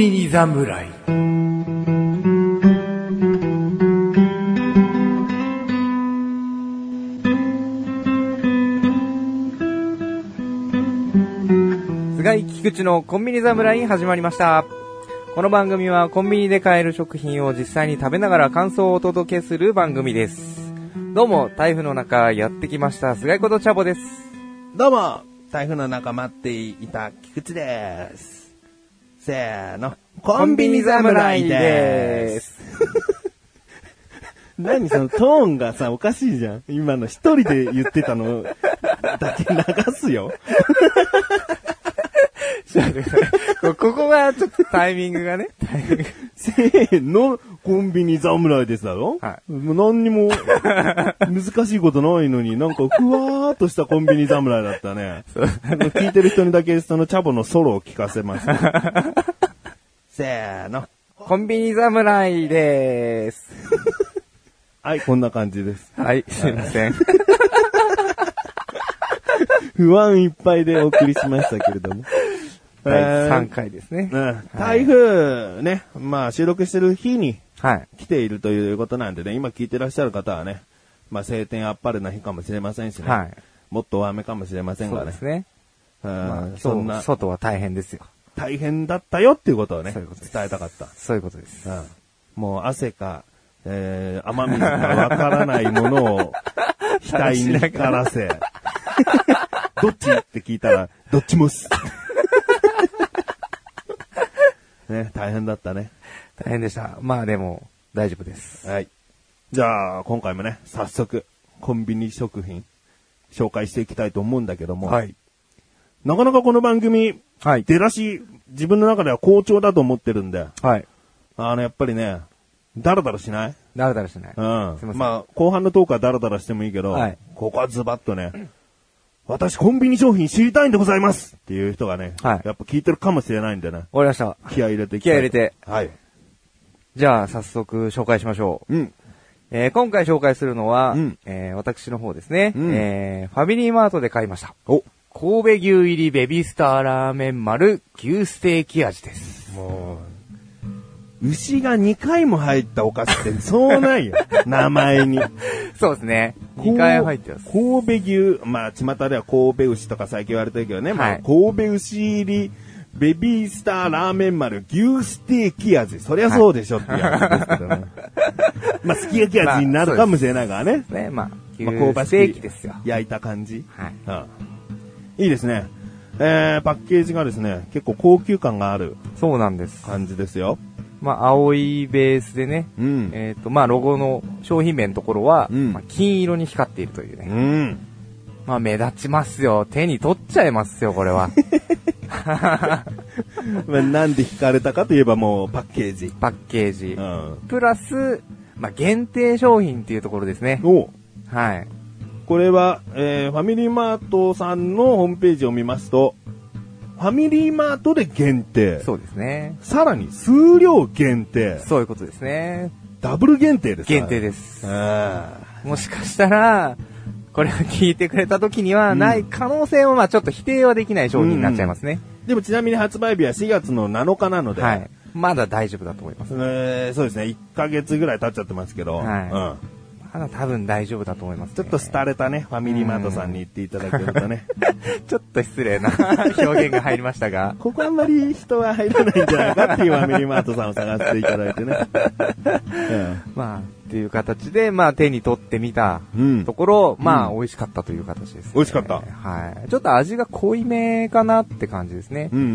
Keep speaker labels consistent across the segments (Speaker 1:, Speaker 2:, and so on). Speaker 1: 侍
Speaker 2: 菅井菊池のコンビニ侍始まりました。この番組はコンビニで買える食品を実際に食べながら感想をお届けする番組です。どうも、台風の中やってきました、菅井ことチャボです。
Speaker 3: どうも、台風の中待っていた菊池です。せーの、コンビニ侍です。
Speaker 2: す。
Speaker 3: 何そのトーンがさ、おかしいじゃん。今の一人で言ってたのだけ流すよ。
Speaker 2: こここがちょっとタイミングがね、タイミング
Speaker 3: せーの、コンビニ侍ですだろ。
Speaker 2: はい
Speaker 3: もう何にも 難しいことないのに、なんかふわーっとしたコンビニ侍だったね。聞いてる人にだけそのチャボのソロを聞かせ ました。せーの。
Speaker 2: コンビニ侍です。
Speaker 3: はい、こんな感じです。
Speaker 2: はい、すいません。
Speaker 3: 不安いっぱいでお送りしましたけれども。
Speaker 2: 第3
Speaker 3: え
Speaker 2: 回ですね
Speaker 3: ー。うん台風ね、まあ収録してる日に
Speaker 2: はい。
Speaker 3: 来ているということなんでね、今聞いてらっしゃる方はね、まあ晴天あっぱれな日かもしれませんしね、
Speaker 2: はい
Speaker 3: もっと大雨かもしれません
Speaker 2: そう
Speaker 3: がね
Speaker 2: で、すね。
Speaker 3: うん
Speaker 2: まあ、
Speaker 3: そんな
Speaker 2: 外は大変ですよ。
Speaker 3: 大変だったよっていうことをね、
Speaker 2: そう
Speaker 3: 伝
Speaker 2: いうことです
Speaker 3: えたかった。
Speaker 2: そういうことです。
Speaker 3: うんもう汗か、えー、雨水かわからないものを額に光ら せ、どっちって聞いたら、どっちもっす。ね、大変だったね。
Speaker 2: 大変でした。まあでも、大丈夫です。
Speaker 3: はい。じゃあ、今回もね、早速、コンビニ食品、紹介していきたいと思うんだけども、
Speaker 2: はい。
Speaker 3: なかなかこの番組、
Speaker 2: はい。
Speaker 3: 出だし、自分の中では好調だと思ってるんで、
Speaker 2: はい。
Speaker 3: あの、やっぱりね、ダラダラしない
Speaker 2: だらだらしない。
Speaker 3: うん
Speaker 2: すいません
Speaker 3: まあ、後半のトークはダラダラしてもいいけど、
Speaker 2: はい
Speaker 3: ここはズバッとね、私コンビニ商品知りたいんでございますっていう人がね、
Speaker 2: はい
Speaker 3: やっぱ聞いてるかもしれないんでね、
Speaker 2: わかりました。
Speaker 3: 気合い入れていき
Speaker 2: 気合い入れて
Speaker 3: はい。
Speaker 2: じゃあ、早速紹介しましょう。
Speaker 3: うん。
Speaker 2: えー今回紹介するのは、
Speaker 3: うん
Speaker 2: えー私の方ですね、
Speaker 3: うん
Speaker 2: えーファミリーマートで買いました。
Speaker 3: お、
Speaker 2: 神戸牛入りベビースターラーメン丸牛ステーキ味です。
Speaker 3: もう、牛が2回も入ったお菓子ってそうな いよ。名前に。
Speaker 2: そうですね。2回入ってます。
Speaker 3: こう神戸牛、まあ、巷では神戸牛とか最近言われてるけどね、まあ
Speaker 2: はい
Speaker 3: 神戸牛入り、ベビースターラーメン丸牛ステーキ味。そりゃそうでしょってやつですけ どね。まあ、すき焼き味になるかもしれないからね。
Speaker 2: ね、まあ、牛
Speaker 3: まあ、香ばし
Speaker 2: ステーキですよ。
Speaker 3: 焼いた感じ。
Speaker 2: はい。
Speaker 3: うん。いいですね。えー、パッケージがですね、結構高級感がある
Speaker 2: そうなんです。
Speaker 3: 感じですよ。
Speaker 2: まあ、青いベースでね、
Speaker 3: うん
Speaker 2: えっ、と、まあ、ロゴの商品名のところは、
Speaker 3: うん
Speaker 2: まあ、金色に光っているというね。
Speaker 3: うん。
Speaker 2: まあ、目立ちますよ。手に取っちゃいますよ、これ は。
Speaker 3: まあなんで惹かれたかといえばもうパッケージ。
Speaker 2: パッケージ。
Speaker 3: うん。
Speaker 2: プラス、まあ、限定商品っていうところですね。
Speaker 3: お
Speaker 2: はい。
Speaker 3: これは、えー、ファミリーマートさんのホームページを見ますと、ファミリーマートで限定。
Speaker 2: そうですね。
Speaker 3: さらに数量限定。
Speaker 2: そういうことですね。
Speaker 3: ダブル限定ですから
Speaker 2: 限定です。
Speaker 3: あ
Speaker 2: もしかしたら、これを聞いてくれた時にはない可能性も、まあちょっと否定はできない商品になっちゃいますね。
Speaker 3: ーでもちなみに発売日は4月の7日なので、
Speaker 2: はい。まだ大丈夫だと思います。
Speaker 3: えーそうですね、1ヶ月ぐらい経っちゃってますけど、
Speaker 2: はまだ多分大丈夫だと思います、ね。
Speaker 3: うん、ちょっと廃れたね、ファミリーマートさんに行っていただけるとね、
Speaker 2: ちょっと失 礼な表現が入りましたが。
Speaker 3: ここあんまり人は入らないんじゃないかっていうファミリーマートさんを探していただいてね。
Speaker 2: まあ、っていう形で、まあ手に取ってみた
Speaker 3: うん
Speaker 2: ところ、まあ美味しかったという形です、ね。
Speaker 3: 美味しかった
Speaker 2: はい。ちょっと味が濃いめかなって感じですね。
Speaker 3: うん。う。
Speaker 2: うん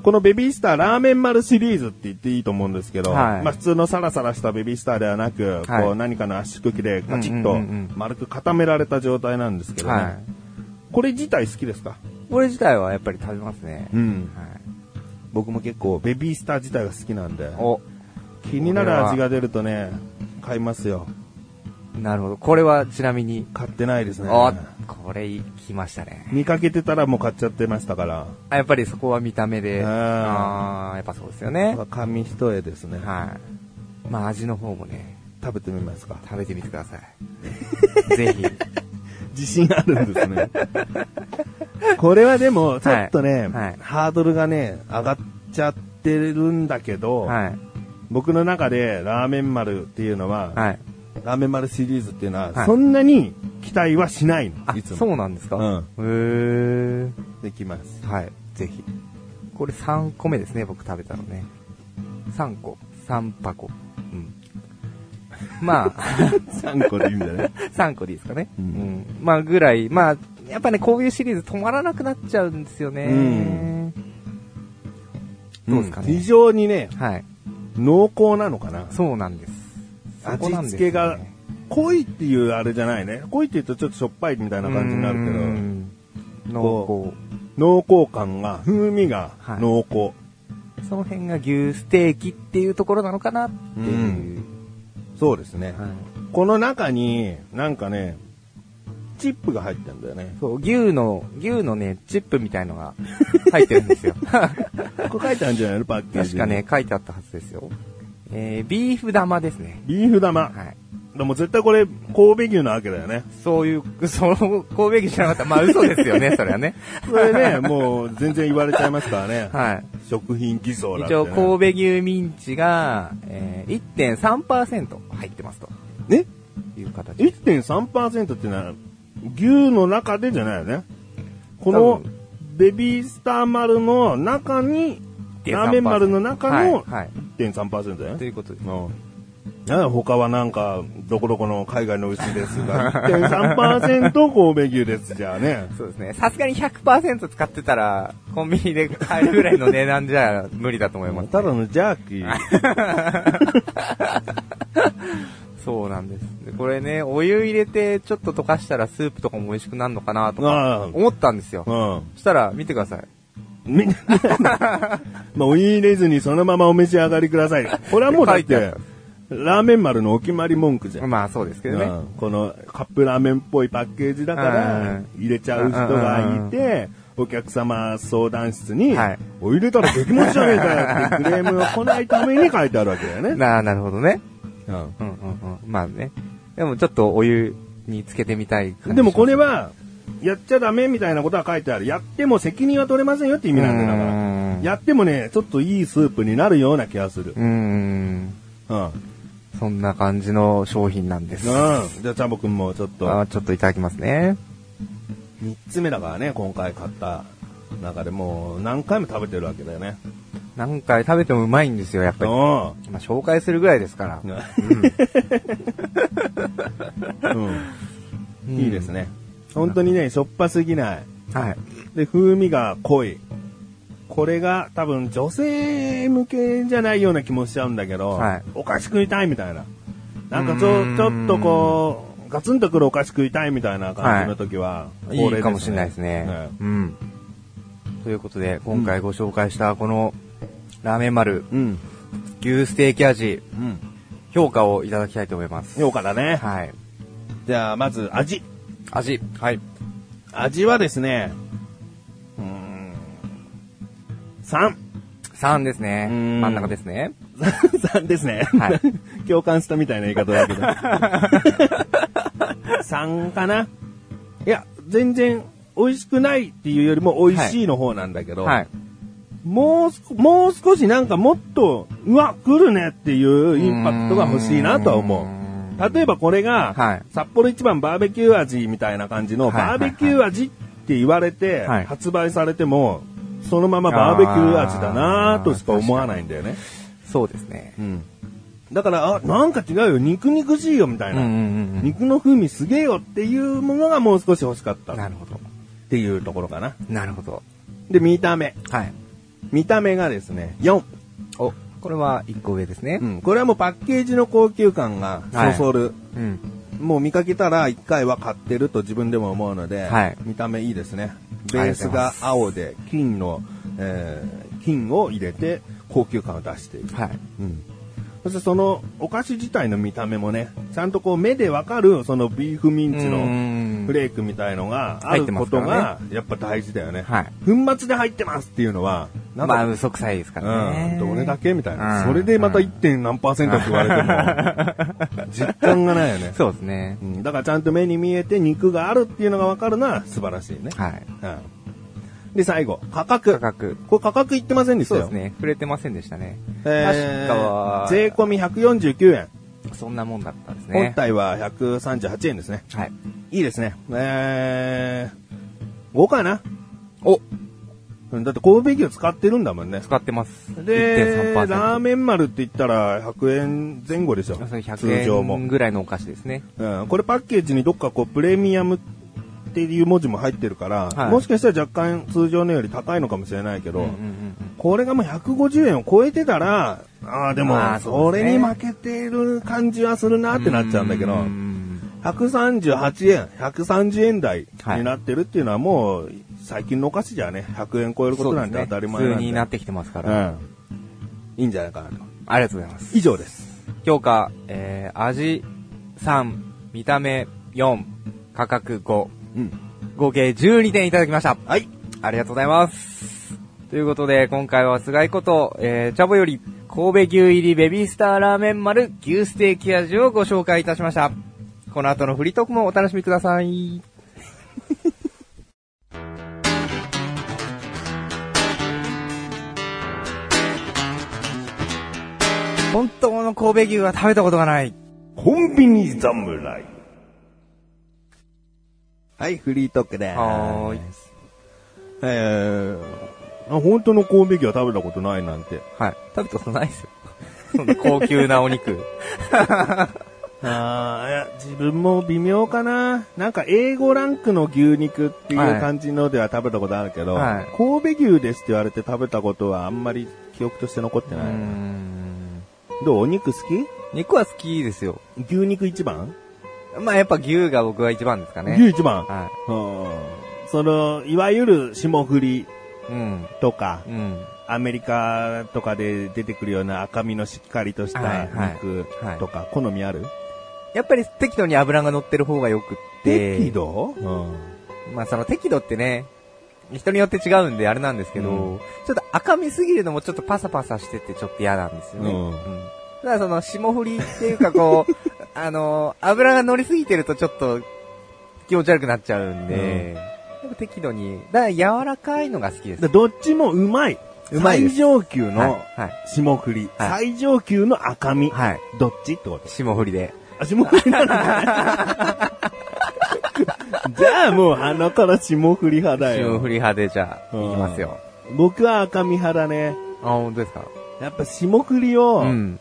Speaker 2: ん。
Speaker 3: このベビースターラーメン丸シリーズって言っていいと思うんですけど、
Speaker 2: はい
Speaker 3: まあ普通のサラサラしたベビースターではなく、
Speaker 2: はい
Speaker 3: こう何かの圧縮機でガチッ
Speaker 2: うんう
Speaker 3: と
Speaker 2: んうんうん
Speaker 3: 丸く固められた状態なんですけどね。
Speaker 2: はい。
Speaker 3: これ自体好きですか
Speaker 2: これ自体はやっぱり食べますね。
Speaker 3: ん。
Speaker 2: はい。
Speaker 3: 僕も結構ベビースター自体が好きなんで、
Speaker 2: お、
Speaker 3: 気になる味が出るとね、買いますよ。
Speaker 2: なるほど。これはちなみに、
Speaker 3: 買ってないですね。
Speaker 2: お、これいきましたね。
Speaker 3: 見かけてたらもう買っちゃってましたから、
Speaker 2: あやっぱりそこは見た目で、
Speaker 3: うん
Speaker 2: あーやっぱそうですよね。
Speaker 3: 紙一重ですね。
Speaker 2: はい。まあ味の方もね、
Speaker 3: 食べてみますか
Speaker 2: 食べてみてください。 ぜひ。
Speaker 3: 自信あるんですね。これはでも、ちょっとね、
Speaker 2: はい
Speaker 3: ハードルがね、上がっちゃっってるんだけど、
Speaker 2: はい。
Speaker 3: 僕の中でラーメン丸っていうのは、
Speaker 2: はい。
Speaker 3: ラーメン丸シリーズっていうのは、
Speaker 2: はい
Speaker 3: そんなに期待はしないの
Speaker 2: あ、
Speaker 3: いつ
Speaker 2: そ
Speaker 3: も。
Speaker 2: うなんですか
Speaker 3: うん
Speaker 2: へ
Speaker 3: できます。
Speaker 2: え。はい。ぜひ。これ3個目ですね、僕食べたのね。3個。3箱。うん。 まあ、
Speaker 3: 3個でいいんだね。
Speaker 2: 3個でいいですかね。
Speaker 3: う
Speaker 2: うんん。まあ、ぐらい。まあ、やっぱね、こういうシリーズ止まらなくなっちゃうんですよね。どうですかね
Speaker 3: ん非常にね、
Speaker 2: はい。
Speaker 3: 濃厚なのかな。
Speaker 2: そうなんです。そこなん
Speaker 3: 味
Speaker 2: です
Speaker 3: 付
Speaker 2: よね
Speaker 3: けが濃いっていうあれじゃないね。濃いって言うとちょっとしょっぱいみたいな感じになるけど、
Speaker 2: けど。濃
Speaker 3: 濃厚感が、風味が
Speaker 2: はい
Speaker 3: 濃厚。
Speaker 2: 厚。その辺が牛ステーキっていうところなのかなっていう。
Speaker 3: そうですね。
Speaker 2: はい
Speaker 3: この中に、なんかね、チップが入ってんだ よね。
Speaker 2: そう、牛の、牛のね、チップみたいのが入ってるんです よ。
Speaker 3: これ書いてあるんじゃないのパッケー
Speaker 2: 確
Speaker 3: ジに
Speaker 2: かね、書いてあったはずですよ。えー、ビーフ玉ですね。
Speaker 3: ビーフ玉。
Speaker 2: はい。
Speaker 3: でも絶対これ、神戸牛なわけだよね。
Speaker 2: そういう、 その、神戸牛じゃなかった。まあ嘘です よね、それはね。
Speaker 3: そ れね、もう全然言われちゃいますからね。
Speaker 2: はい。
Speaker 3: 食品偽装なん
Speaker 2: 一
Speaker 3: て、
Speaker 2: 応、
Speaker 3: ね。応、
Speaker 2: 神戸牛ミンチが、えー、1.3%入ってますと
Speaker 3: え
Speaker 2: いう形です。
Speaker 3: 1.3%ってのは、牛の中でじゃないよね。この
Speaker 2: 多、
Speaker 3: ベビースター丸の中に、
Speaker 2: 1.3%
Speaker 3: ラーメン丸の中の
Speaker 2: はいはい
Speaker 3: 1.3%だよ
Speaker 2: と
Speaker 3: ね。
Speaker 2: いうことで
Speaker 3: うん。なんだ他はなんか、どこどこの海外の牛ですが、1.3%神戸牛ですじゃあね。
Speaker 2: そうですね。さすがに100%使ってたら、コンビニで買えるぐらいの値段じゃ無理だと思い ます、
Speaker 3: ただのジャーキー。
Speaker 2: そうなんです。でこれね、お湯入れてちょっと溶かしたらスープとかも美味しくなるのかなと
Speaker 3: ああ
Speaker 2: か、思ったんですよ。
Speaker 3: うん。
Speaker 2: そしたら、見てください。
Speaker 3: みんな、 まあ、お湯入れずにそのままお召し上がりください。これはもうだっ
Speaker 2: 書いて
Speaker 3: て
Speaker 2: ある、
Speaker 3: ラーメン丸のお決まり文句じゃん。
Speaker 2: まあそうですけどね。
Speaker 3: うんこのカップラーメンっぽいパッケージだから
Speaker 2: うん、
Speaker 3: 入れちゃう人がいて、お客様相談室に
Speaker 2: はい、
Speaker 3: お湯入れたら激持ちじゃねえかよってクレームが来ないために書いてあるわけだよね。
Speaker 2: なあ、なるほどね。
Speaker 3: うん
Speaker 2: うんうんうん。まあね。でもちょっとお湯につけてみたい感じ
Speaker 3: でもこれ
Speaker 2: は
Speaker 3: は、やっちゃダメみたいなことは書いてある。やっても責任は取れませんよって意味なんだよだ
Speaker 2: う
Speaker 3: から。
Speaker 2: ん
Speaker 3: やってもね、ちょっといいスープになるような気がする。
Speaker 2: うーん。
Speaker 3: うん。
Speaker 2: そんな感じの商品なんです。
Speaker 3: うん。じゃあ、チャボくんもちょっ
Speaker 2: あ
Speaker 3: と、
Speaker 2: あちょっといただきますね。
Speaker 3: 3つ目だからね、今回買った中でもう何回も食べてるわけだよね。
Speaker 2: 何回食べてもうまいんですよ、やっぱり。
Speaker 3: う
Speaker 2: まあ、紹介するぐらいですから。
Speaker 3: ん。 う。
Speaker 2: うんん
Speaker 3: いいですね。本当にね、しょっぱすぎない。
Speaker 2: はい。
Speaker 3: で、風味が濃い。これが多分女性向けじゃないような気もしちゃうんだけど、
Speaker 2: はい
Speaker 3: お菓子食いたいみたいな。なんかちょ
Speaker 2: うー、ん
Speaker 3: ちょっとこう、ガツンとくるお菓子食いたいみたいな感じの時は、
Speaker 2: い
Speaker 3: これ
Speaker 2: いかもしれないですね。うん。ということで、今回ご紹介したこの、ラーメン丸、
Speaker 3: うん。
Speaker 2: 牛ステーキ味、
Speaker 3: うん。
Speaker 2: 評価をいただきたいと思います。
Speaker 3: ようからね。
Speaker 2: はい。
Speaker 3: じゃあ、まず味。
Speaker 2: 味。はい。
Speaker 3: 味はですね、うーん、3。
Speaker 2: 3です
Speaker 3: う
Speaker 2: ね。
Speaker 3: ん
Speaker 2: 真ん中ですね。
Speaker 3: 3ですね。
Speaker 2: はい。
Speaker 3: 共感したみたいな言い方 だけど。3かないや、全然美味しくないっていうよりも美味しいの方なんだけど、
Speaker 2: はい。
Speaker 3: もうすこ、もう少しなんかもっと、うわ、来るねっていうインパクトが欲しいなとは思う。
Speaker 2: う
Speaker 3: 例えばこれが、
Speaker 2: はい
Speaker 3: 札幌一番バーベキュー味みたいな感じの、
Speaker 2: はいはいはい
Speaker 3: バーベキュー味って言われて、
Speaker 2: はい
Speaker 3: 発売されても、そのままバーベキュー味だなとしか思わないんだよね。
Speaker 2: そうですね。
Speaker 3: うんだから、あ、なんか違うよ、肉肉しいよみたいな、
Speaker 2: うんうんうん
Speaker 3: 肉の風味すげえよっていうものがもう少し欲しかった
Speaker 2: な
Speaker 3: っ
Speaker 2: るほど。
Speaker 3: ていうところかな。
Speaker 2: なるほど。
Speaker 3: で、見た目。
Speaker 2: はい。
Speaker 3: 見た目がですね、4。
Speaker 2: お、これは1個上ですね
Speaker 3: う。ん、これはもうパッケージの高級感がそそる。
Speaker 2: うん。
Speaker 3: もう見かけたら1回は買ってると自分でも思うので、
Speaker 2: はい
Speaker 3: 見た目いいですね。ベ
Speaker 2: あり
Speaker 3: ー
Speaker 2: がと
Speaker 3: ス
Speaker 2: うございま
Speaker 3: が
Speaker 2: す
Speaker 3: 青で、金の、えー金を入れて高級感を出している。
Speaker 2: はい。
Speaker 3: うんそしてそのお菓子自体の見た目もね、ちゃんとこう目でわかるそのビーフミンチ
Speaker 2: う
Speaker 3: の
Speaker 2: ん
Speaker 3: フレークみたいのがあ
Speaker 2: 入
Speaker 3: る
Speaker 2: ってま
Speaker 3: こ
Speaker 2: すか
Speaker 3: と
Speaker 2: らね
Speaker 3: がやっぱ大事だよね。
Speaker 2: はい
Speaker 3: 粉末で入ってますっていうのは、なん
Speaker 2: まあ、
Speaker 3: か、
Speaker 2: 嘘くさいですから
Speaker 3: う
Speaker 2: ね
Speaker 3: ん、。どれだけみたいな。
Speaker 2: うん
Speaker 3: それでまた 1. 点何パーセントって言われ ても、実感がないよね。
Speaker 2: そうですね
Speaker 3: う。ん、だからちゃんと目に見えて肉があるっていうのがわかるのは素晴らしいね。
Speaker 2: はい。
Speaker 3: うんで、最後、価格。
Speaker 2: 価格。
Speaker 3: これ価格言ってませんでし
Speaker 2: そ
Speaker 3: た
Speaker 2: う
Speaker 3: よ。
Speaker 2: ですね。触れてませんでしたね。
Speaker 3: えー
Speaker 2: 確かは
Speaker 3: 税込み149円。
Speaker 2: そんなもんだったんです
Speaker 3: 本
Speaker 2: ね。
Speaker 3: 体は138円ですね。
Speaker 2: はい。
Speaker 3: いいですね。えー、5かな
Speaker 2: お
Speaker 3: うんだって神戸牛使ってるんだもんね。
Speaker 2: 使ってます。
Speaker 3: で、
Speaker 2: 1.3%。
Speaker 3: ラーメン丸って言ったら100円前後でしょ。
Speaker 2: それ
Speaker 3: 通常
Speaker 2: 100
Speaker 3: も
Speaker 2: 円。ぐらいのお菓子ですね。
Speaker 3: うん、これパッケージにどっかこうプレミアムっていう文字も入ってるから、
Speaker 2: はい
Speaker 3: もしかしたら若干通常のより高いのかもしれないけど、
Speaker 2: うんうんうん
Speaker 3: これがもう150円を超えてたら、ああ、でも
Speaker 2: まあ、そ
Speaker 3: そう
Speaker 2: です
Speaker 3: れに
Speaker 2: ね
Speaker 3: 負けている感じはするなってなっちゃうんだけど、
Speaker 2: ん
Speaker 3: 138円、130円台
Speaker 2: はい
Speaker 3: になってるっていうのはもう、最近のお菓子じゃね、100円超えることなんて
Speaker 2: そうですね
Speaker 3: 当たり前なんで。
Speaker 2: 普通になってきてますか
Speaker 3: う
Speaker 2: ら。
Speaker 3: ん。いいんじゃないかなと。
Speaker 2: ありがとうございます。
Speaker 3: 以上です。
Speaker 2: 評価、えー、味3、見た目4、価格5、
Speaker 3: うん。
Speaker 2: 合計12点いただきました。
Speaker 3: はい。
Speaker 2: ありがとうございます。ということで、今回は菅井こと、えー、チャボより、神戸牛入りベビースターラーメン丸牛ステーキ味をご紹介いたしました。この後のフリートークもお楽しみください。本当の神戸牛は食べたことがない。
Speaker 3: コンビニ侍。はい、フリートークでーす。
Speaker 2: はーい。
Speaker 3: えー、あ本当の神戸牛は食べたことないなんて。
Speaker 2: はい。食べたことないですよ。そんな高級なお 肉。
Speaker 3: ああ、いや、自分も微妙かな。なんか、A5 ランクの牛肉ってい
Speaker 2: はいう
Speaker 3: 感じのでは食べたことあるけど、
Speaker 2: はい
Speaker 3: 神戸牛ですって言われて食べたことはあんまり記憶として残って
Speaker 2: うー
Speaker 3: ない。
Speaker 2: ん。
Speaker 3: どうお肉好き
Speaker 2: 肉は好きですよ。
Speaker 3: 牛肉一番、
Speaker 2: まあやっぱ牛が僕は一番ですかね。
Speaker 3: 牛一番、
Speaker 2: は
Speaker 3: うんその、いわゆる霜降り
Speaker 2: い。うん。
Speaker 3: とか
Speaker 2: う、ん。
Speaker 3: アメリカとかで出てくるような赤身のしっかりとした肉とか、好みある
Speaker 2: やっぱり適度に油が乗ってる方がよくって。
Speaker 3: 適度、うん
Speaker 2: まあその適度ってね、人によって違うんであれなんですけど、
Speaker 3: う
Speaker 2: ちょっと赤身すぎるのもちょっとパサパサしててちょっと嫌なんですよね。
Speaker 3: うん
Speaker 2: ただその霜降りっていうかこう、 あの油が乗りすぎてるとちょっと気持ち悪くなっちゃうんで、やっぱ適度に、だから柔らかいのが好きです。
Speaker 3: でどっちもうまい。
Speaker 2: うまいです
Speaker 3: 最上級の、
Speaker 2: はい。はい。
Speaker 3: 霜降り、
Speaker 2: はい
Speaker 3: 最上級の赤身、
Speaker 2: はい、
Speaker 3: どっちってこと
Speaker 2: 霜降りで。
Speaker 3: あ、霜降りなのかじゃあもう鼻から霜降り派だ
Speaker 2: 霜
Speaker 3: よ
Speaker 2: 降。り派でじゃあ、
Speaker 3: うん
Speaker 2: いきますよ。
Speaker 3: 僕は赤身派だね。
Speaker 2: あ、本当ですか
Speaker 3: やっぱ霜降りを
Speaker 2: ん。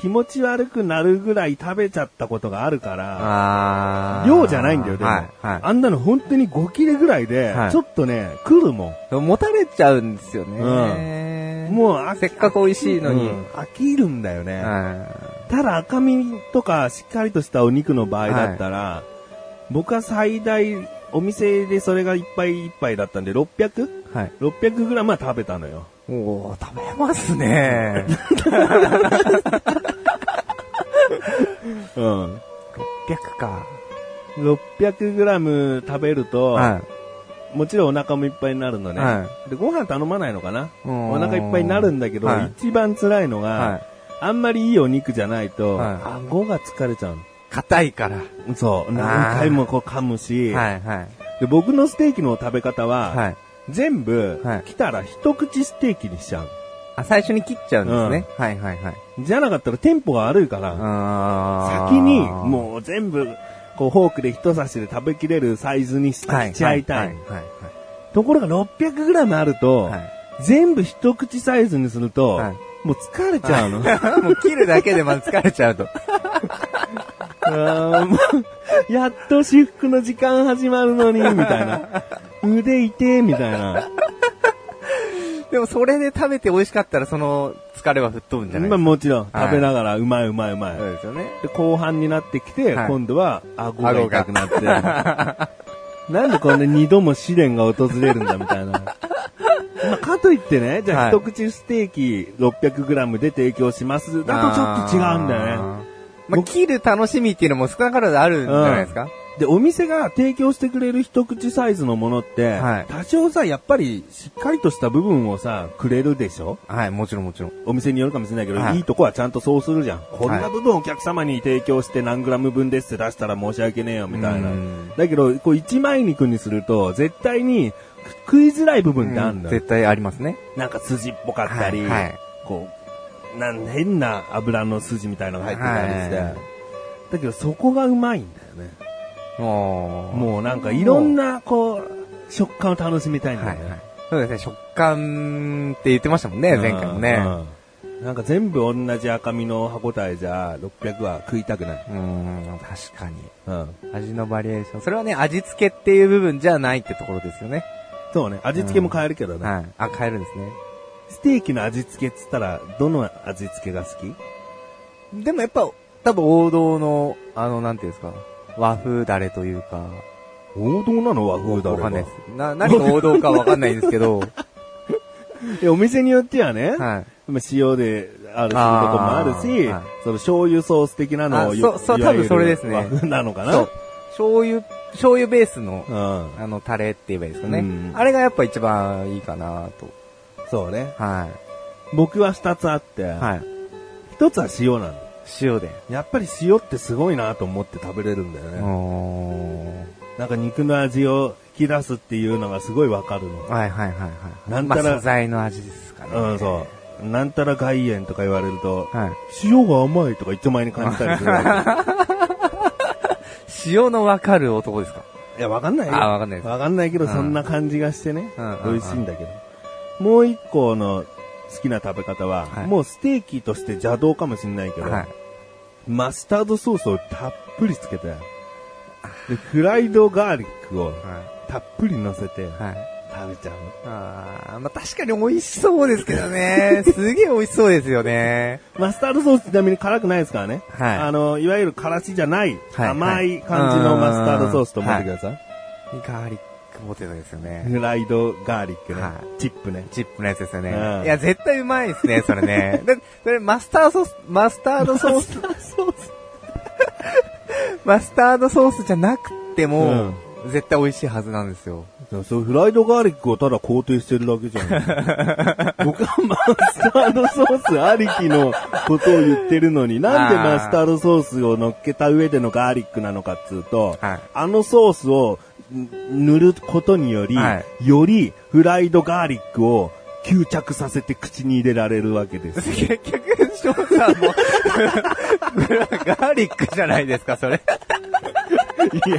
Speaker 3: 気持ち悪くなるぐらい食べちゃったことがあるから、
Speaker 2: あー
Speaker 3: 量じゃないんだよ、でも。
Speaker 2: はい、はい。
Speaker 3: あんなの本当に5切れぐらいで、
Speaker 2: はい
Speaker 3: ちょっとね、来るもん。
Speaker 2: 持たれちゃうんですよね。
Speaker 3: もう飽き、
Speaker 2: せっかく美味しいのに
Speaker 3: うん飽きるんだよね。
Speaker 2: は
Speaker 3: ただ赤身とかしっかりとしたお肉の場合だったら、僕は最大、お店でそれがいっぱいいっぱいだったんで、600?600
Speaker 2: い。はい。
Speaker 3: グラムは食べたのよ。
Speaker 2: おー、食べます ね。
Speaker 3: うん。
Speaker 2: 600か。
Speaker 3: 600グラム食べると、
Speaker 2: は
Speaker 3: もちろんお腹もいっぱいになるのね。
Speaker 2: は
Speaker 3: で、ご飯頼まないのかな
Speaker 2: うん
Speaker 3: お腹いっぱいになるんだけど、
Speaker 2: はい
Speaker 3: 一番辛いのが、
Speaker 2: い。はい。
Speaker 3: あんまりいいお肉じゃないと、
Speaker 2: はい
Speaker 3: 顎が疲れちゃう
Speaker 2: 硬いから。は
Speaker 3: の。そう。何回もこう噛むし、
Speaker 2: い、はい。
Speaker 3: で僕のステーキの食べ方は、
Speaker 2: はい。
Speaker 3: 全部、
Speaker 2: はい
Speaker 3: 来たら一口ステーキにしちゃう。
Speaker 2: あ、最初に切っちゃうんですね。はい、はい、はい。
Speaker 3: じゃなかったらテンポが悪いから、
Speaker 2: あー
Speaker 3: 先にもう全部、こうフォークで一刺しで食べきれるサイズにし,、
Speaker 2: はい、
Speaker 3: ちゃいたい。
Speaker 2: はい、はい。
Speaker 3: ところが 600g あると、
Speaker 2: はい
Speaker 3: 全部一口サイズにすると、
Speaker 2: はい
Speaker 3: もう疲れちゃうの。
Speaker 2: はい。もう切るだけでまず疲れちゃうと。
Speaker 3: あーもうやっと至福の時間始まるのに、みたいな。腕痛え、みたいな。
Speaker 2: でもそれで食べて美味しかったらその疲れは吹っ飛ぶんじゃない
Speaker 3: まあ
Speaker 2: ですか。
Speaker 3: もちろん、
Speaker 2: はい
Speaker 3: 食べながら、うまいうまいうまい。
Speaker 2: そうですよね。
Speaker 3: で、後半になってきて、
Speaker 2: はい
Speaker 3: 今度は顎が痛くなって、 なんでこんな二度も試練が訪れるんだ みたいな。まあかといってね、じゃ
Speaker 2: は
Speaker 3: あ
Speaker 2: い
Speaker 3: 一口ステーキ 600g で提供します。だとちょっと違うんだよね。
Speaker 2: ね。まあ、切る楽しみっていうのも少なからずあるんじゃないですか、
Speaker 3: で、お店が提供してくれる一口サイズのものって、
Speaker 2: はい
Speaker 3: 多少さ、やっぱりしっかりとした部分をさ、くれるでしょ
Speaker 2: はい、もちろんもちろん。
Speaker 3: お店によるかもしれないけど、、
Speaker 2: はいい
Speaker 3: いとこはちゃんとそうするじゃん。こんな部分お客様に提供して何グラム分ですって出したら申し訳ねえよみたいな
Speaker 2: うん。
Speaker 3: だけど、こう一枚肉にすると、絶対に食いづらい部分ってあるのよ。
Speaker 2: 絶対ありますね。
Speaker 3: なんか筋っぽかったり、
Speaker 2: はいはい
Speaker 3: こう、なん変な油の筋みたいなのが入ってたりして、
Speaker 2: はい
Speaker 3: だけどそこがうまいんだよね。
Speaker 2: もう、
Speaker 3: もうなんかいろんな、こう、食感を楽しみたいんだ
Speaker 2: は
Speaker 3: よ
Speaker 2: い
Speaker 3: ね。
Speaker 2: はい。そうですね、食感って言ってましたもんね、前回もね。
Speaker 3: うん。うんなんか全部同じ赤身の歯応えじゃ、600は食いたくない。
Speaker 2: うん、確かに。
Speaker 3: うん。
Speaker 2: 味のバリエーション。それはね、味付けっていう部分じゃないってところですよね。
Speaker 3: そうね、味付けも変えるけどね。
Speaker 2: はい。あ、変えるんですね。
Speaker 3: ステーキの味付けっつったら、どの味付けが好き
Speaker 2: でもやっぱ、多分王道の、あの、なんていうんですか、和風ダレというか、
Speaker 3: 王道なの和風だ
Speaker 2: わ
Speaker 3: ろ
Speaker 2: かんないです。な、何が王道かわかんないんですけ ど、
Speaker 3: お店によってはね、
Speaker 2: はい。
Speaker 3: まあ塩であるするとこもあるし、
Speaker 2: あーはい
Speaker 3: その醤油ソース的なのを
Speaker 2: あ
Speaker 3: よ
Speaker 2: そうそう
Speaker 3: いわゆ
Speaker 2: 多分
Speaker 3: る
Speaker 2: それですね
Speaker 3: 和風なのかな
Speaker 2: そう。醤油、醤油ベースの、
Speaker 3: うん。
Speaker 2: あの、タレって言えばいいですかね。
Speaker 3: うん
Speaker 2: あれがやっぱ一番いいかなと。
Speaker 3: そうね。
Speaker 2: は
Speaker 3: 僕は二つあって、
Speaker 2: い。はい。
Speaker 3: 一つは塩なの。
Speaker 2: 塩で。
Speaker 3: やっぱり塩ってすごいなと思って食べれるんだよね。
Speaker 2: お
Speaker 3: なんか肉の味を引き出すっていうのがすごいわかるの。
Speaker 2: はいはいはいはい。
Speaker 3: なんたら
Speaker 2: まあ、素材の味ですかね。
Speaker 3: うん、そう。なんたら外塩とか言われると、
Speaker 2: はい。
Speaker 3: 塩が甘いとか一丁前に感じたりする わ
Speaker 2: 塩のわかる男ですか
Speaker 3: け。いや、わかんないよ。
Speaker 2: あわかんないです
Speaker 3: わかんないけど、
Speaker 2: うん
Speaker 3: そんな感じがしてね
Speaker 2: うん。
Speaker 3: 美味しいんだけど。もう一個の好きな食べ方は、
Speaker 2: はい
Speaker 3: もうステーキとして邪道かもしんないけど、
Speaker 2: はい。
Speaker 3: マスタードソースをたっぷりつけて、で、フライドガーリックを
Speaker 2: は
Speaker 3: たっぷり乗せて
Speaker 2: い。はい。
Speaker 3: 食べちゃう。
Speaker 2: あーまあ、確かに美味しそうですけどね。すげえ美味しそうですよね。
Speaker 3: マスタードソースちなみに辛くないですからね。
Speaker 2: はい
Speaker 3: あの、いわゆる辛子じゃない、
Speaker 2: はい
Speaker 3: 甘い感じのマスタードソースと思ってください。
Speaker 2: ガーリックポテトですよね。
Speaker 3: フライドガーリックね。
Speaker 2: は
Speaker 3: チップね。
Speaker 2: チップのやつですよね。
Speaker 3: うん
Speaker 2: いや、絶対うまいですね、それ ね。だそれマスターソース、マスタードソース、
Speaker 3: そうそう。
Speaker 2: マスタードソースじゃなくても、絶対美味しいはずなんですよ。
Speaker 3: そう、フライドガーリックをただ肯定してるだ けじゃん。僕はマスタードソースありきのことを言ってるのに、なんで
Speaker 2: あー
Speaker 3: マスタードソースを乗っけた上でのガーリックなのかっつうと、
Speaker 2: はい
Speaker 3: あのソースをん塗ることにより、
Speaker 2: は
Speaker 3: よりフライドガーリックを吸着させて口に入れられるわけ です。
Speaker 2: 結局、翔さんも、 ガーリックじゃないですか、それ。
Speaker 3: い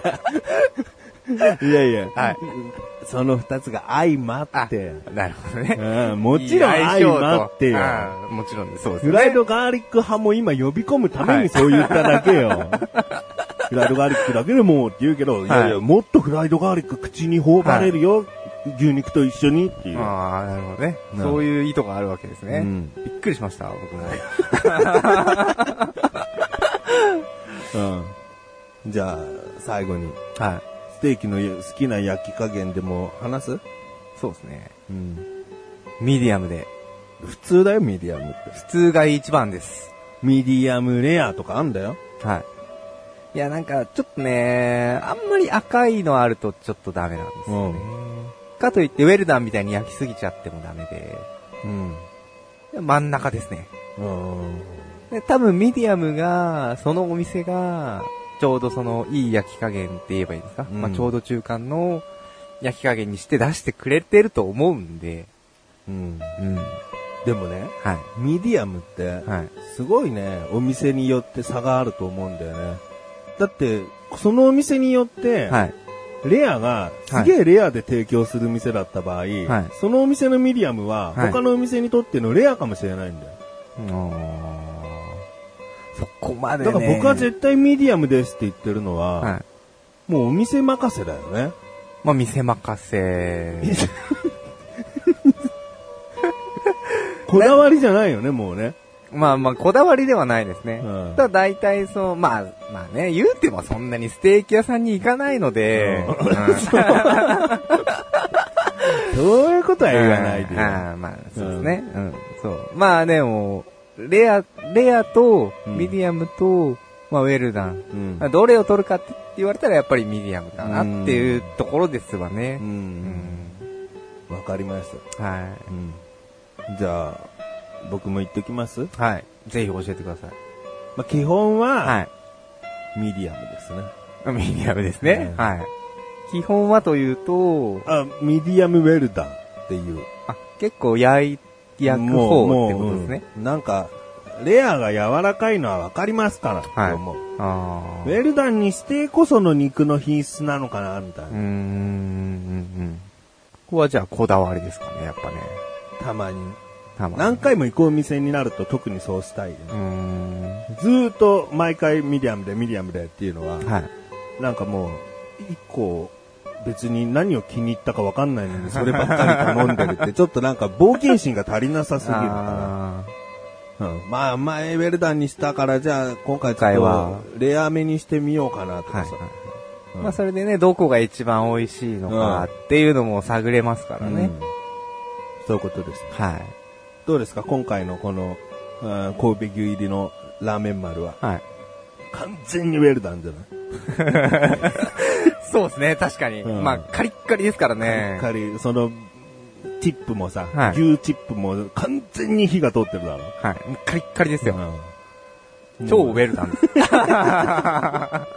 Speaker 3: や、いやいや、
Speaker 2: はい
Speaker 3: その二つが相ま
Speaker 2: あ
Speaker 3: って、、
Speaker 2: なるほどね。
Speaker 3: うんもちろ
Speaker 2: い
Speaker 3: ん
Speaker 2: い相
Speaker 3: 相
Speaker 2: 性と
Speaker 3: まってよ。
Speaker 2: あーもちろん、そうです
Speaker 3: フ
Speaker 2: よ
Speaker 3: ライ
Speaker 2: ね。
Speaker 3: ドガーリック派も今呼び込むため
Speaker 2: は
Speaker 3: に
Speaker 2: い
Speaker 3: そう言っただけよ。 フライドガーリックだけでもって言うけど、いやいや、
Speaker 2: はい
Speaker 3: もっとフライドガーリック口に頬張れるよ。牛肉と一緒にっていう。
Speaker 2: ああ、なるほどね。
Speaker 3: うん
Speaker 2: そういう意図があるわけですね。
Speaker 3: うん
Speaker 2: びっくりしました、僕も。
Speaker 3: うんじゃあ、最後に、
Speaker 2: はい。
Speaker 3: ステーキの好きな焼き加減でも話す
Speaker 2: そうですね。ミディアムで。
Speaker 3: 普通だよ、ミディアムって。
Speaker 2: 普通が一番です。
Speaker 3: ミディアムレアとかあんだよ。
Speaker 2: はい。いや、なんか、ちょっとね、あんまり赤いのあるとちょっとダメなんですよね。かといって、ウェルダンみたいに焼きすぎちゃってもダメで、
Speaker 3: うん。
Speaker 2: 真ん中ですね。
Speaker 3: うん。
Speaker 2: で多分ミディアムが、そのお店が、ちょうどその、いい焼き加減って言えばいいんですか、
Speaker 3: うん
Speaker 2: まあちょうど中間の焼き加減にして出してくれてると思うんで、
Speaker 3: うん。
Speaker 2: うん。は
Speaker 3: でもね、
Speaker 2: い。
Speaker 3: ミディアムって、
Speaker 2: はい。
Speaker 3: すごいね、お店によって差があると思うんだよね。だって、そのお店によって、
Speaker 2: はい。
Speaker 3: レアが、すげえレアで提供する店だった場合、
Speaker 2: はい
Speaker 3: そのお店のミディアムは、
Speaker 2: はい
Speaker 3: 他のお店にとってのレアかもしれないんだよ。
Speaker 2: そこまで
Speaker 3: だ
Speaker 2: ね。
Speaker 3: から僕は絶対ミディアムですって言ってるのは、
Speaker 2: はい。
Speaker 3: もうお店任せだよ ね。
Speaker 2: まあ、店任せ。
Speaker 3: こだわりじゃないよね、もう ね。
Speaker 2: まあまあ、こだわりではないですね。
Speaker 3: うん
Speaker 2: ただ大体そう、まあ、まあね、言うてもそんなにステーキ屋さんに行かないので、
Speaker 3: う
Speaker 2: うん
Speaker 3: そういうことは言わないでよ。
Speaker 2: ああまあ、そうですね。うん、そう。まあでも、レア、レアと、
Speaker 3: うん
Speaker 2: ミディアムと、まあ、ウェルダン。
Speaker 3: うん
Speaker 2: どれを取るかって言われたらやっぱりミディアムかなっていうところですわね
Speaker 3: う。。
Speaker 2: うん
Speaker 3: わかりました。
Speaker 2: んはい。
Speaker 3: うん。じゃあ、僕も言っときます
Speaker 2: はい。ぜひ教えてください。
Speaker 3: まあ、基本は、
Speaker 2: はい。
Speaker 3: ミディアムですね。
Speaker 2: ミディアムですね。
Speaker 3: は
Speaker 2: はい。基本はというと、
Speaker 3: あ、ミディアムウェルダンっていう。
Speaker 2: あ、結構焼い、焼く方ってことですね。
Speaker 3: うんなんか、レアが柔らかいのはわかりますから。
Speaker 2: はい
Speaker 3: も
Speaker 2: あ
Speaker 3: うウ
Speaker 2: あ。う
Speaker 3: ェルダンにしてこその肉の品質なのかな、みたいな。
Speaker 2: ーん、うん、うん。ここはじゃあこだわりですかね、やっぱね。
Speaker 3: たまに。
Speaker 2: たまに
Speaker 3: 何回も行くお店になると特にそうしたいよね、
Speaker 2: うーん。
Speaker 3: ずーっと毎回ミディアムでミディアムでっていうのは、
Speaker 2: はい。
Speaker 3: なんかもう、一個、別に何を気に入ったかわかんないのにそればっかり頼んでる って、ちょっとなんか冒険心が足りなさすぎるか
Speaker 2: あ
Speaker 3: ら。うん、まあ前ウェルダンにしたから、じゃあ今回ちょ
Speaker 2: 今
Speaker 3: っ
Speaker 2: 回は
Speaker 3: とレア目にしてみようかなと
Speaker 2: ーは
Speaker 3: か
Speaker 2: い
Speaker 3: さ。
Speaker 2: はい。まあそれでね、どこが一番美味しいのかっていうのも探れますから
Speaker 3: うん
Speaker 2: ね。
Speaker 3: そういうことです。
Speaker 2: はい。
Speaker 3: どうですか今回のこの、うん神戸牛入りのラーメン丸は。
Speaker 2: はい。
Speaker 3: 完全にウェルダンじゃない
Speaker 2: そうですね、確かに。
Speaker 3: うん
Speaker 2: まあ、カリッカリですからね。
Speaker 3: カリッカリ、その、チップもさ、
Speaker 2: はい
Speaker 3: 牛チップも完全に火が通ってるだろ。
Speaker 2: はい。カリッカリですよ。
Speaker 3: うん
Speaker 2: 超ウェルダンで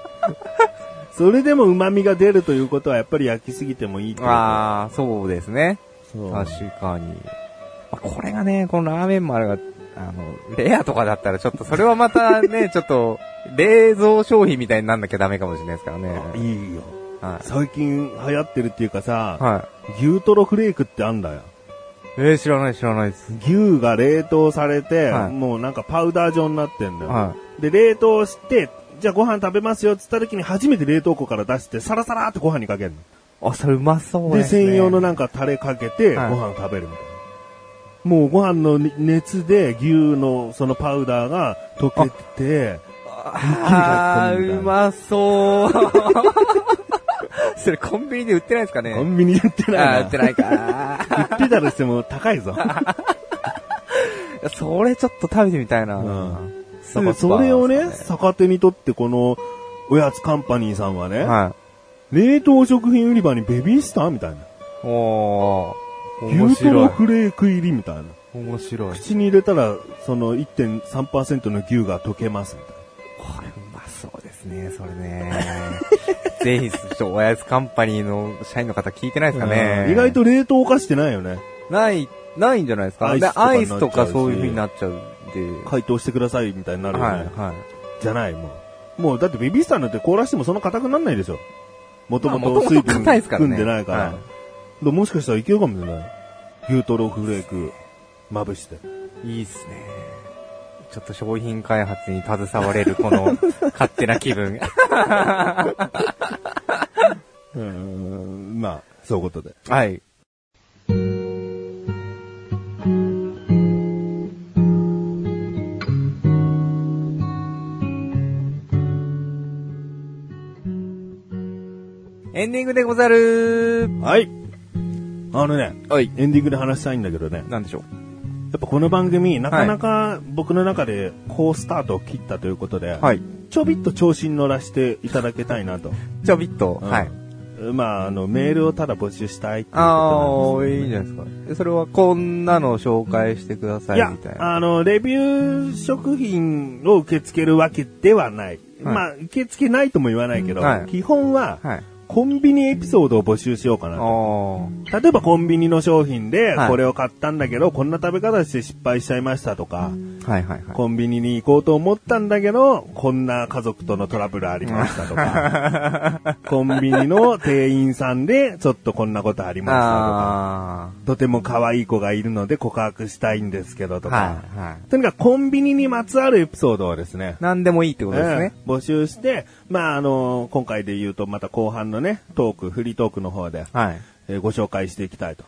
Speaker 2: す。
Speaker 3: それでも旨味が出るということはやっぱり焼きすぎてもいいってこ と
Speaker 2: ああ、そうですね。
Speaker 3: そう
Speaker 2: 確かに。まあこれがね、このラーメン丸が、あの、レアとかだったらちょっと、それはまた ね、ちょっと、冷蔵商品みたいになんなきゃダメかもしれないですからね。
Speaker 3: いいよ。
Speaker 2: は
Speaker 3: 最近流行ってるっていうかさ、
Speaker 2: い。は
Speaker 3: 牛トロフレークってあんだよ。
Speaker 2: い。えー、知らない知らないです。
Speaker 3: 牛が冷凍されて、
Speaker 2: はい
Speaker 3: もうなんかパウダー状になってんだよ。
Speaker 2: は
Speaker 3: で、冷凍して、じゃあご飯食べますよって言った時に初めて冷凍庫から出して、サラサラってご飯にかける
Speaker 2: あ、それうまそ
Speaker 3: の。
Speaker 2: う
Speaker 3: で、
Speaker 2: ですね。
Speaker 3: 専用のなんかタレかけて、ご
Speaker 2: はい
Speaker 3: 飯食べるみたいな。もうご飯の熱で牛のそのパウダーが溶けて、
Speaker 2: あ
Speaker 3: 一気に
Speaker 2: ー、
Speaker 3: 買い込むみたいな
Speaker 2: うまそう。 それコンビニで売ってないですかね
Speaker 3: コンビニで売ってないな。
Speaker 2: あー、売ってないか。
Speaker 3: 売ってたらしても高い ぞ。
Speaker 2: それちょっと食べてみたいな。
Speaker 3: うん
Speaker 2: スーパー
Speaker 3: で
Speaker 2: ですか
Speaker 3: それをね、逆手にとってこの、おやつカンパニーさんはね、
Speaker 2: は
Speaker 3: 冷凍食品売り場にベビースターみたいな。
Speaker 2: い。おー、面
Speaker 3: 牛ト
Speaker 2: 白
Speaker 3: ロ
Speaker 2: い。
Speaker 3: フレーク入りみたいな。
Speaker 2: 面白い。
Speaker 3: 口に入れたら、その1.3%の牛が溶けますみたい
Speaker 2: これうまそうですね、それね。 ぜひ、ちょ、おやつカンパニーの社員の方聞いてないです
Speaker 3: な。
Speaker 2: かね。
Speaker 3: うん意外。と冷凍化してないよね。
Speaker 2: ない、ないんじゃないですか。
Speaker 3: アイス
Speaker 2: で
Speaker 3: とか
Speaker 2: アイスとか
Speaker 3: になっちゃうし
Speaker 2: そういう風になっちゃうんで。
Speaker 3: 解凍してくださいみたいになるよね。
Speaker 2: はい、はい。
Speaker 3: じゃない、もう。もう、だってベビースターなんて凍らしてもそんな硬くなんないでしょ。もとも
Speaker 2: まあ元
Speaker 3: と
Speaker 2: 々
Speaker 3: 水分
Speaker 2: 硬いですから
Speaker 3: 含
Speaker 2: ね
Speaker 3: んでないから。
Speaker 2: はい
Speaker 3: でもしかしたらいけるかもしれない。牛トロフレーク、まぶして。
Speaker 2: いいっすね。ちょっと商品開発に携われるこの勝手な気分。
Speaker 3: うーん、まあ、そういうことで。
Speaker 2: はい。エンディングでござる
Speaker 3: はい。あのね、
Speaker 2: はい。
Speaker 3: エンディングで話したいんだけどね。
Speaker 2: なんでしょう
Speaker 3: やっぱこの番組、なかなか僕の中で好スタートを切ったということで、
Speaker 2: はい。
Speaker 3: ちょびっと調子に乗らせていただきたいなと。
Speaker 2: ちょびっと。
Speaker 3: うん
Speaker 2: はい。。
Speaker 3: まあ、あの、メールをただ募集したいっていう
Speaker 2: あ
Speaker 3: こ
Speaker 2: ー、
Speaker 3: となんですけどね
Speaker 2: いいじゃないですか。えそれはこんなの紹介してくださ
Speaker 3: い
Speaker 2: い
Speaker 3: や
Speaker 2: みたい、な。
Speaker 3: あの、レビュー食品を受け付けるわけではない。
Speaker 2: はい
Speaker 3: まあ、受け付けないとも言わないけど、
Speaker 2: はい
Speaker 3: 基本は、
Speaker 2: はい。
Speaker 3: コンビニエピソードを募集しようかな
Speaker 2: あ
Speaker 3: と。
Speaker 2: ー。
Speaker 3: 例えばコンビニの商品で
Speaker 2: は、い
Speaker 3: これを買ったんだけど、こんな食べ方して失敗しちゃいましたとか、
Speaker 2: はいはいはい。
Speaker 3: コンビニに行こうと思ったんだけど、こんな家族とのトラブルありましたとか、 コンビニの店員さんで、ちょっとこんなことありましたとか、
Speaker 2: あ
Speaker 3: とても可愛い子がいるので告白したいんですけど
Speaker 2: ー。
Speaker 3: とか、
Speaker 2: はいはい。
Speaker 3: とにかくコンビニにまつわるエピソードをですね、
Speaker 2: なんでもいいってことですね。
Speaker 3: ええ募集して、まあ、あの今回で言うとまた後半のね、トーク、フリートークの方で、
Speaker 2: はい。
Speaker 3: えーご紹介していきたいと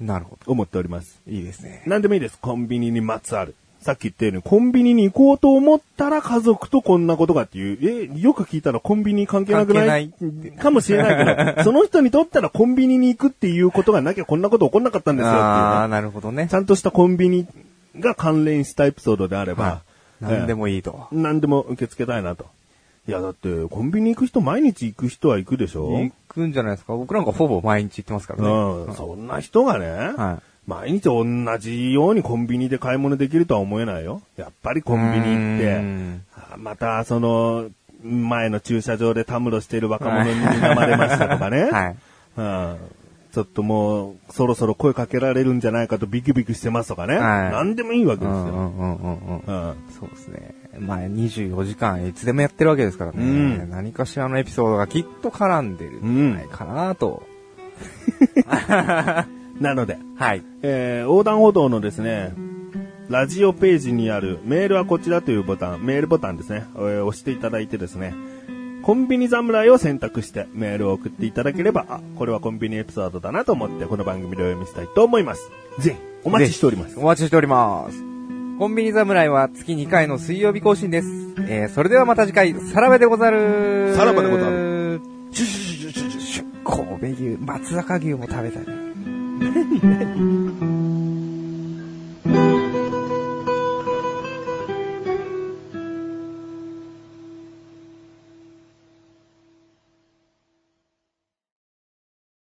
Speaker 2: なるほ
Speaker 3: 思っております。
Speaker 2: ど。いいですね。
Speaker 3: 何でもいいです、コンビニにまつわる。さっき言ったように、コンビニに行こうと思ったら家族とこんなことがっていう、え、よく聞いたらコンビニ関係なくない
Speaker 2: 関係
Speaker 3: かもしれな いけど、その人にとったらコンビニに行くっていうことがなきゃこんなこと起こんなかったんですよっていう
Speaker 2: あー、
Speaker 3: ね
Speaker 2: なるほどね
Speaker 3: ち。ゃんとしたコンビニが関連したエピソードであれば、
Speaker 2: はい。なんでもいいと。
Speaker 3: 何でも受け付けたいなと。いや、だって、コンビニ行く人、毎日行く人は行くでしょ
Speaker 2: 行くんじゃないですか僕なんかほぼ毎日行ってますからね。
Speaker 3: うん。そんな人がね、
Speaker 2: は
Speaker 3: 毎日同じようにコンビニで買い物できるとは思えないよ。やっぱりコンビニ行っ
Speaker 2: うー
Speaker 3: て
Speaker 2: ん、
Speaker 3: あまた、その、前の駐車場でたむろしている若者に睨まれましたとか ね。
Speaker 2: はい。
Speaker 3: うんちょっともう、そろそろ声かけられるんじゃないかとビクビクしてますとかね。
Speaker 2: はい
Speaker 3: 何でもいいわけ
Speaker 2: う
Speaker 3: です
Speaker 2: んう
Speaker 3: よ。
Speaker 2: んうんうんうん。
Speaker 3: うん
Speaker 2: そうですね。まあ、24時間いつでもやってるわけですからね。
Speaker 3: うん
Speaker 2: 何かしらのエピソードがきっと絡んでるんじゃないかなと。
Speaker 3: なので、
Speaker 2: はい。
Speaker 3: えー横断歩道のですね、ラジオページにあるメールはこちらというボタン、メールボタンですね、えー押していただいてですね、コンビニ侍を選択してメールを送っていただければ、あ、これはコンビニエピソードだなと思ってこの番組でお読みしたいと思います。ぜひ、お待ちしております
Speaker 2: お。待ちしております。コンビニ侍は月2回の水曜日更新です。えー、それではまた次回、さらばでござる。
Speaker 3: さらばでござ
Speaker 2: る。
Speaker 3: シュシュシュシュシュシュ
Speaker 2: 神戸牛、松坂牛も食べたい。
Speaker 3: 何